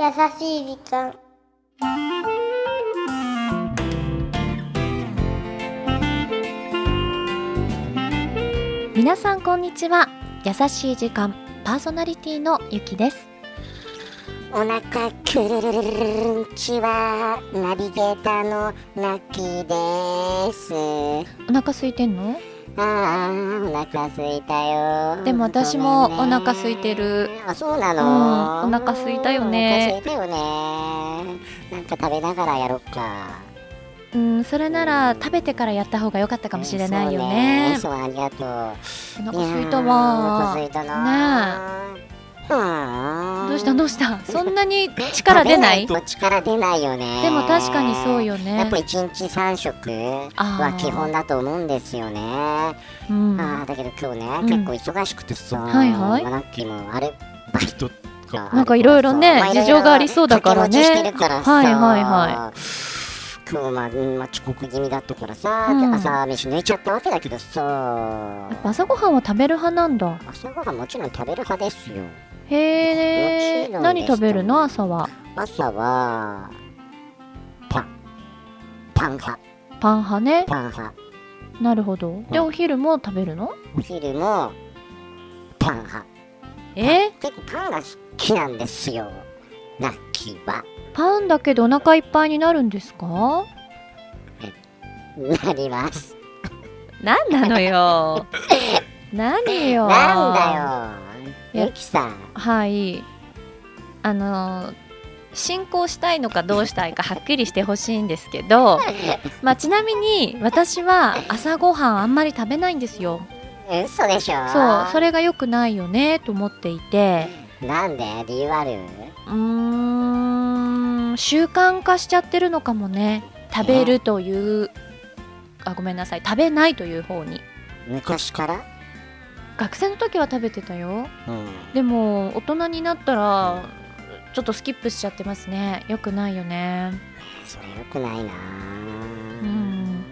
優しい時間皆さんこんにちは優しい時間パーソナリティのゆきですお腹くるるるるんちはナビゲーターのナッキーですお腹空いてんのあーお腹すいたよでも私もお腹空いてるごめんねあそうなの、うんお腹空いたよおね腹空いたよねなんか食べながらやろっかうんそれなら食べてからやった方が良かったかもしれないよねそうねそうありがおとう腹空いやーお腹たわ空いたなねどうしたどうしたそんなに力出ない食べと力出ないよねでも確かにそうやよっねぱ一日三食は基本だと思うんですよね。あうんーだけど今う日んね、結構忙しくてさ、はいはいラッキーもあれバイトがなんかいろいろねまあ事情がありそうだからね掛け持ちしてるからさはいはいは今日まあ、うんまあ、遅刻気味だったからさ、うん朝飯抜いちゃったわけだけどさやっぱ朝ごはんを食べる派なんだ朝ごはんもちろん食べる派ですよへえもちろんです何食べるの朝は朝はパンパン派パン派ねパン派なるほどでうんお昼も食べるのお昼もパン派え結構パンが好きなんですよラッキーはパンだけでお腹いっぱいになるんですかなりますなんなの よ何よなんだえよゆきさん はいあの進行したいのかどうしたいかはっきりしてほしいんですけ ど、まあ、ちなみに私は朝ごはんあんまり食べないんですよ嘘でしょそうそれが良くないよねと思っていてなんで理由あるうーん習慣化しちゃってるのかもね食べるというあごめんなさい食べないという方に昔から学生の時は食べてたようんでも大人になったらちょっとスキップしちゃってますね良くないよねそれよくないなうん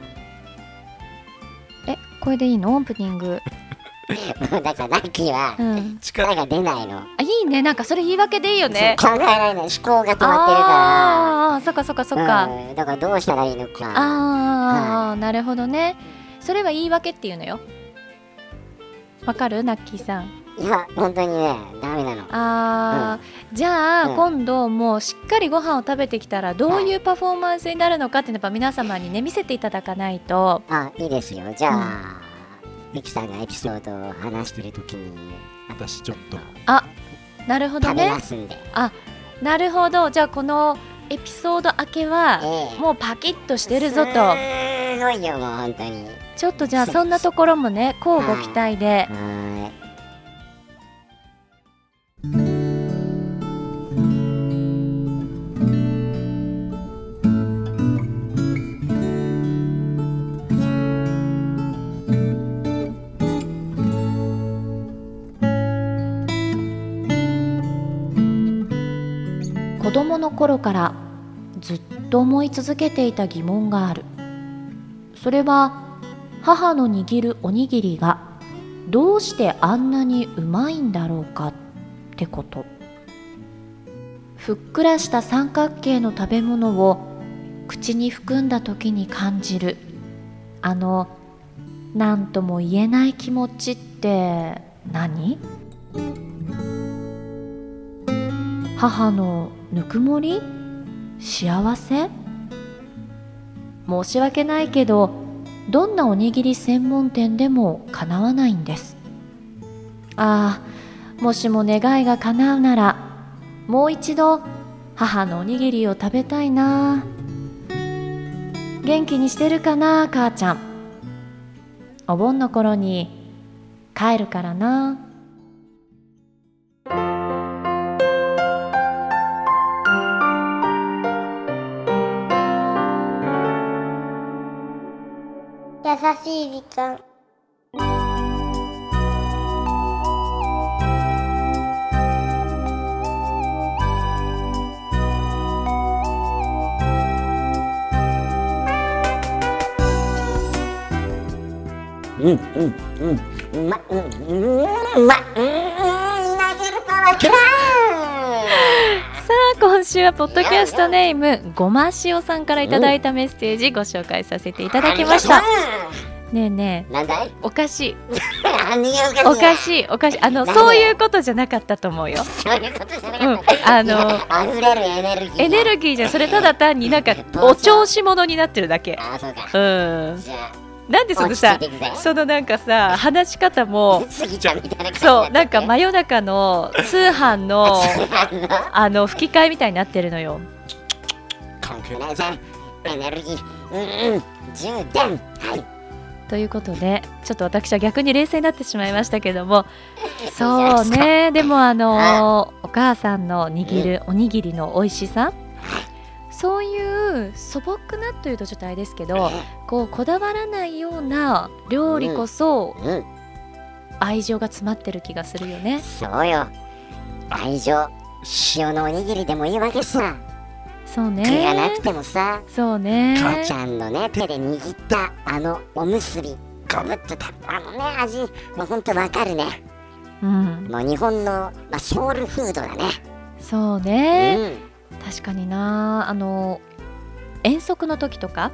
えこれでいいのオープニングもう だからラッキーはうん力が出ないの、あいいねなんかそれ言い訳でいいよねそう考えられない思考が止まっああーそっかそっかてそるっからか、うんだからどうしたらいいのかああなるほどねそれは言い訳っていうのよわかるナッキーさんいや本当にねダメなのあー、じゃあ、うん今度もうしっかりご飯を食べてきたらどういうパフォーマンスになるのかっていうのはやっぱ皆様にね見せていただかないとあいいですよじゃあ、ミキさんがエピソードを話してる時に私ちょっとなるほど食べねますんで、なるほどじゃあこのエピソード明けはええもうパキッとしてるぞとすごいよもう本当にちょっとじゃあそんなところもねこうご期待では子どもの頃からずっと思い続けていた疑問があるそれは母の握るおにぎりがどうしてあんなにうまいんだろうかってことふっくらした三角形の食べ物を口に含んだ時に感じるあの何とも言えない気持ちって何母のぬくもり幸せ申し訳ないけどどんなおにぎり専門店でもかなわないんですああもしも願いが叶うならもう一度母のおにぎりを食べたいな元気にしてるかな母ちゃんお盆の頃に帰るからな優しい時間いうんうんうんうまうんうんうまうんうんみなぎるパワーキラーンさあ 今週はポッドキャストネームごましおさんからいただいたメッセージご紹介させていただきましあたりがとねえねえうなんだいおかしい何がおかしいおかしいおかしいあのなんだそういうことじゃなかったと思うよそういうことじゃなうかんった、あいのや溢れるエネルギーエネルギギーじゃんそれただ単になんかそうお調子者になってるだけーああそうかうんじゃなんでその落さち着いていくぜそのなんかさ話し方あも次ちゃんみたいな感じそうなんかマ真夜中の通販 のジのあの吹き替えみたいになってるのよ関係ないじゃんエネルギーうんうん充電はいということでちょっと私は逆に冷静になってしまいましたけどもいいそうじゃないねでもあのお母さんの握るおにぎりの美味しさそういう素朴なというとちょっとあれですけどこうこだわらないような料理こそうんうん愛情が詰まってる気がするよねそうよ愛情塩のおにぎりでもいいわけさそう手がなねくてもさそうね母ちゃんのね手で握ったあのおむすびゴムっとたあのね味もうほんとわかるねうんもう日本の、まあ、ソウルフードだねそううねん確かになあの遠足の時とか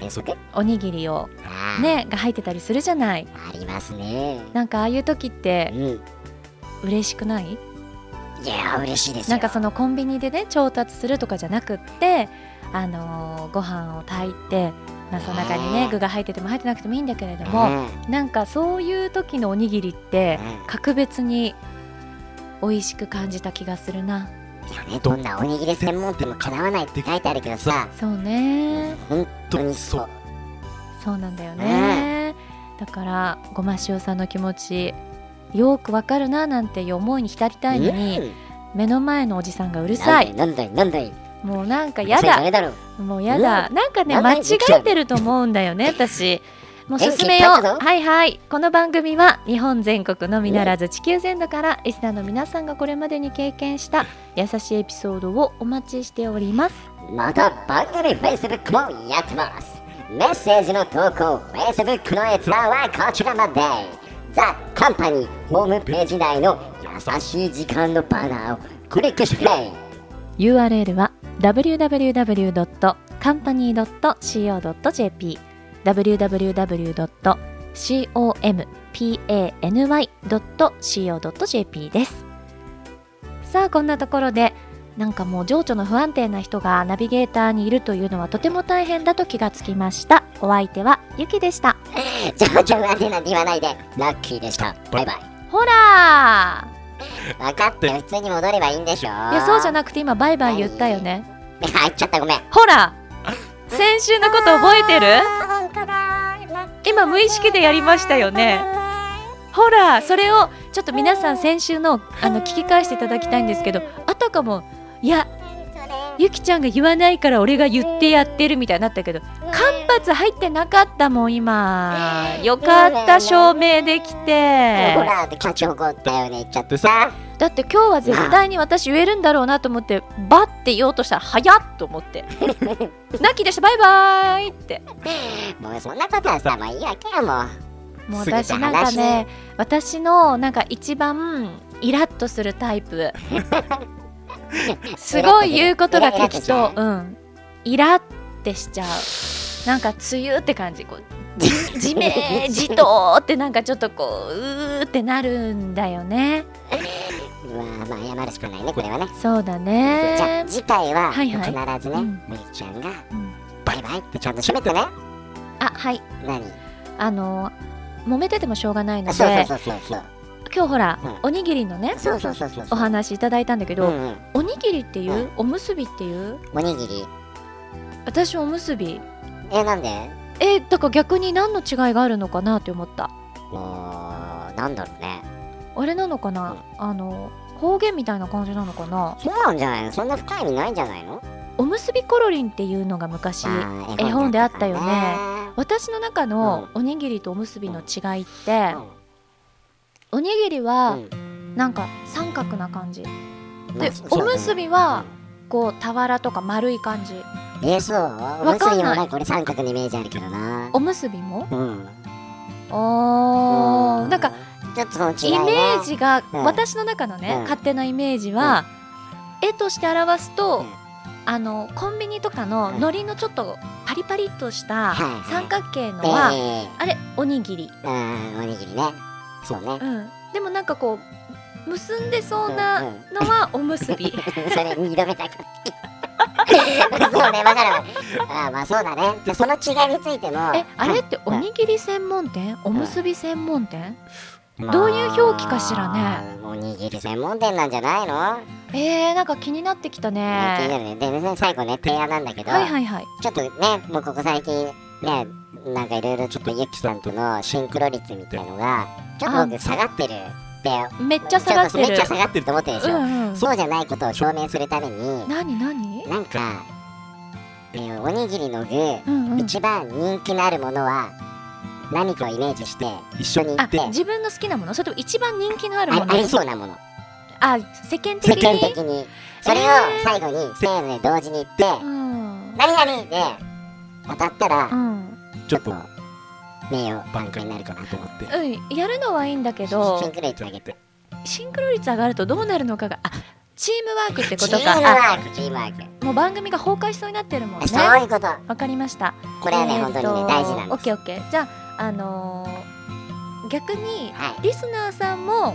遠足おにぎりをあーねが入ってたりするじゃないありますねなんかああいう時っうてん嬉しくないいやー嬉しいですよなんかそのコンビニでね調達するとかじゃなくってあのーご飯を炊いて、まあ、その中にねね具が入ってても入ってなくてもいいんだけれどうもんなんかそういう時のおにぎりってうん格別に美味しく感じた気がするないやね、どんなおにぎり専門店もかなわないって書いてあるけどさ、そうね本当にそう。そうなんだよねだからごま塩さんの気持ちよくわかるななんていう思いに浸りたいのに目の前のおじさんがうるさいなんだい、なんだい。もうなんかうるやさいだダメだろ。もうやだ、なんかねなんだよ間違えてると思うんだよね私もうえ進めよ引っ張っうたぞはいはいこの番組は日本全国のみならず地球全土からリスナーの皆さんがこれまでに経験した優しいエピソードをお待ちしておりますまた番組 Facebook もやってます。メッセージの投稿、Facebook の閲覧はこちらまで。ザ・カンパニーホームページ内の優しい時間のバナーをクリックしてくれ。 URL は www.company.co.jp www.company.co.jp ですさあこんなところでなんかもう情緒の不安定な人がナビゲーターにいるというのはとても大変だと気がつきましたお相手はゆきでしたじゃあ、じゃあ、なんてなんて言わないで。ラッキーでした。バイ バイ。ほら分かって、普通に戻ればいいんでしょ。いーいやそうじゃななくて今バイバイ言ったよねい。入っちゃった、ごめん。ほら先週のこと覚えてる本当だラッ今無意識でやりましたよねほらそれをちょっと皆さん先週のあの聞き返していただきたいんですけどあたかもいやゆきちゃんが言わないから俺が言ってやってるみたいになったけど間髪入ってなかったもん今よかった証明できほてら、キャッチ怒ったよね、言っちゃってさ。だって今日は絶対に私言えるんだろうなと思ってバッて言おうとしたら早っと思ってなきでしたバイバーイってもうそんなことはさ、もういいわけよ、もう。もうすぐ私なんかじゃあね私のなんか一番イラッとするタ イプすごい言うことが適当うんイラってしちゃうなんか梅雨って感じこうじ じめじとってなんかちょっとこううーってなるんだよねうわーまあ謝るしかないね、これはね。そうじだゃあ、ね次回は、はいは必ずうねん、みーちゃんが、うんバイバイってちゃんと締めてね。あはい何あの揉めててもしょうがないのあそうでそうそうそう。今日ほらうんおにぎりのねそうそうそうそう。お話いただいたんだけうんど、うん。おにぎりっていう、うんおむすびっていうおにぎり。私おむすびえ、なんでえだから逆に何の違いがあるのかなって思ったもう、なんだろうね。あれなのかな、あの方言みたいな感じなのかなそうなんじゃないのそんな深い意味ないんじゃないのおむすびコロリンっていうのが昔まあ絵本であったよねね私の中のおにぎりとおむすびの違いって、おにぎりうはんなんか三角な感じ、うんでまあおむすびはこう俵とか丸い感じえー、そうおわむすかんないびもなんか俺三角のイメージあるけどなおむすびもうんおーなんかちょっとその違イい、ね、メージが、うん私の中のね、うん勝手なイメージは、絵として表すと、うんあのコンビニとかのうん海苔のちょっとパリパリっとしはいたはい三角形のえは、えあれおにぎり、あーおにぎりねそうねうん、でもなんかこう結んでそうなうん のはおむすびそれ認めたくそうねわかるわ あーまあそうだねじゃあその違いについてもえあれっておにぎり専門店おむすび専門店まあどういう表記かしらねおにぎり専門店なんじゃないの、えー、なんか気になってきたね気になねるねでね最後ね提案なんだけど、はいはいはいちょっとねもうここ最近ねなんかいろいろちょっとゆきさんとのシンクロ率みたいのがちょっと僕下がってるってめっちゃ下がってるめっちゃ下がってると思ってるでしょ、うんうんそうじゃないことを証明するために何何なんか、えーおにぎりの具うんうん一番人気のあるものは何かをイメージして一緒に行あって自分の好きなものそれとも一番人気のあるもあのありそうなものあ世間世的間に的にそれを最後にせーので同時に言ってうん「何々!」で当たったうらんちょっと名誉挽回になるかなと思ってうんやるのはいいんだけシンどクレイつなげてシンクロ率上がるとどうなるのかがあチームワークってこチーとムかワークチームワークあもう番組が崩壊しそうになってるもんねあそういうことわかりましたこれはね本当にね大事なんオでッすケーオッケーじゃああのー逆にはいリスナーさんもは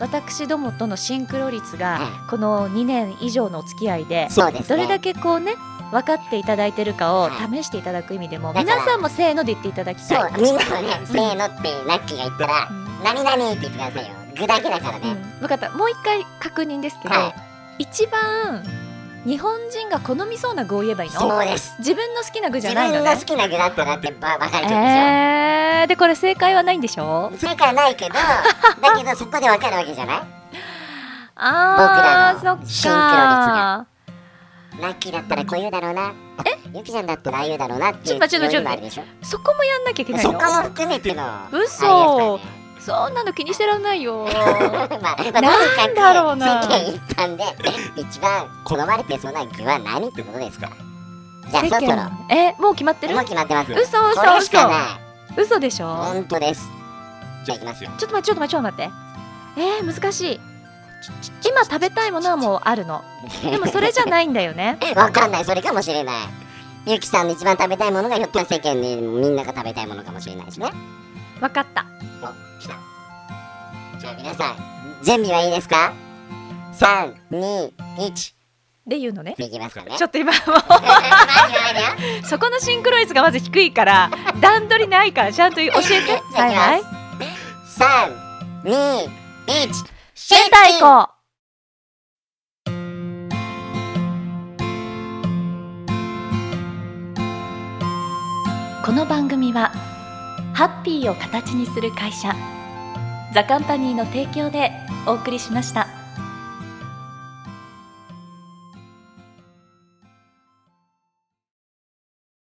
私どもとのシンクロ率がはこの2年以上のお付き合いでいそうですどれだねけこうね分かっていただいてるかをは試していただく意味でもだから皆さんもせーので言っていただきそたい。うみんなもねせーのってラッキーが言ったらうん「何々」って言ってくださいよ具だけだからうんね分かったもう一回確認ですけど、は一番日本人が好みそうな具を言えばいいのそうです自分の好きな具じ自ゃないの分がね好きな具だったらってば分かるでえー、でこれ正解はないんでしょしょ正解はないけど だけどそこで分かるわけじゃないあー僕らのそシっンクロ率かがラッキーだったらこういうだろうなえゆきちゃんだったらああいうだろうなっていうちょっと待ってそういうのあるでしょそこもやんなきゃいけないそこのも含めてのあ嘘れですからねそんなの気にしてらんないよまあ、まあ、とにかなんくだろうな世間一般で一番好まれてそうな具は何ってことですからじ ゃあそろそ世ろ間えもう決まってるもう決まってます嘘これ嘘しか嘘ない嘘でしょ本当ですじゃあいきますよちょっと待ってちょっと待ってちょっと待ってえー、難しい今食べたいものはもうあるのでもそれじゃないんだよねわかんない、それかもしれない。ゆきさんの一番食べたいものがひょっとしたら世間にみんなが食べたいものかもしれないしね。わかったお、来た。じゃあ皆さん、準備はいいですか ?3、2、1。で言うのねできますかねちょっっと今もと。はいはうそこのシンクロ率がまず低いから段取りないからちゃんと教えてはいはい3、2、1。新太鼓この番組はハッピーを形にする会社ザカンパニーの提供でお送りしました。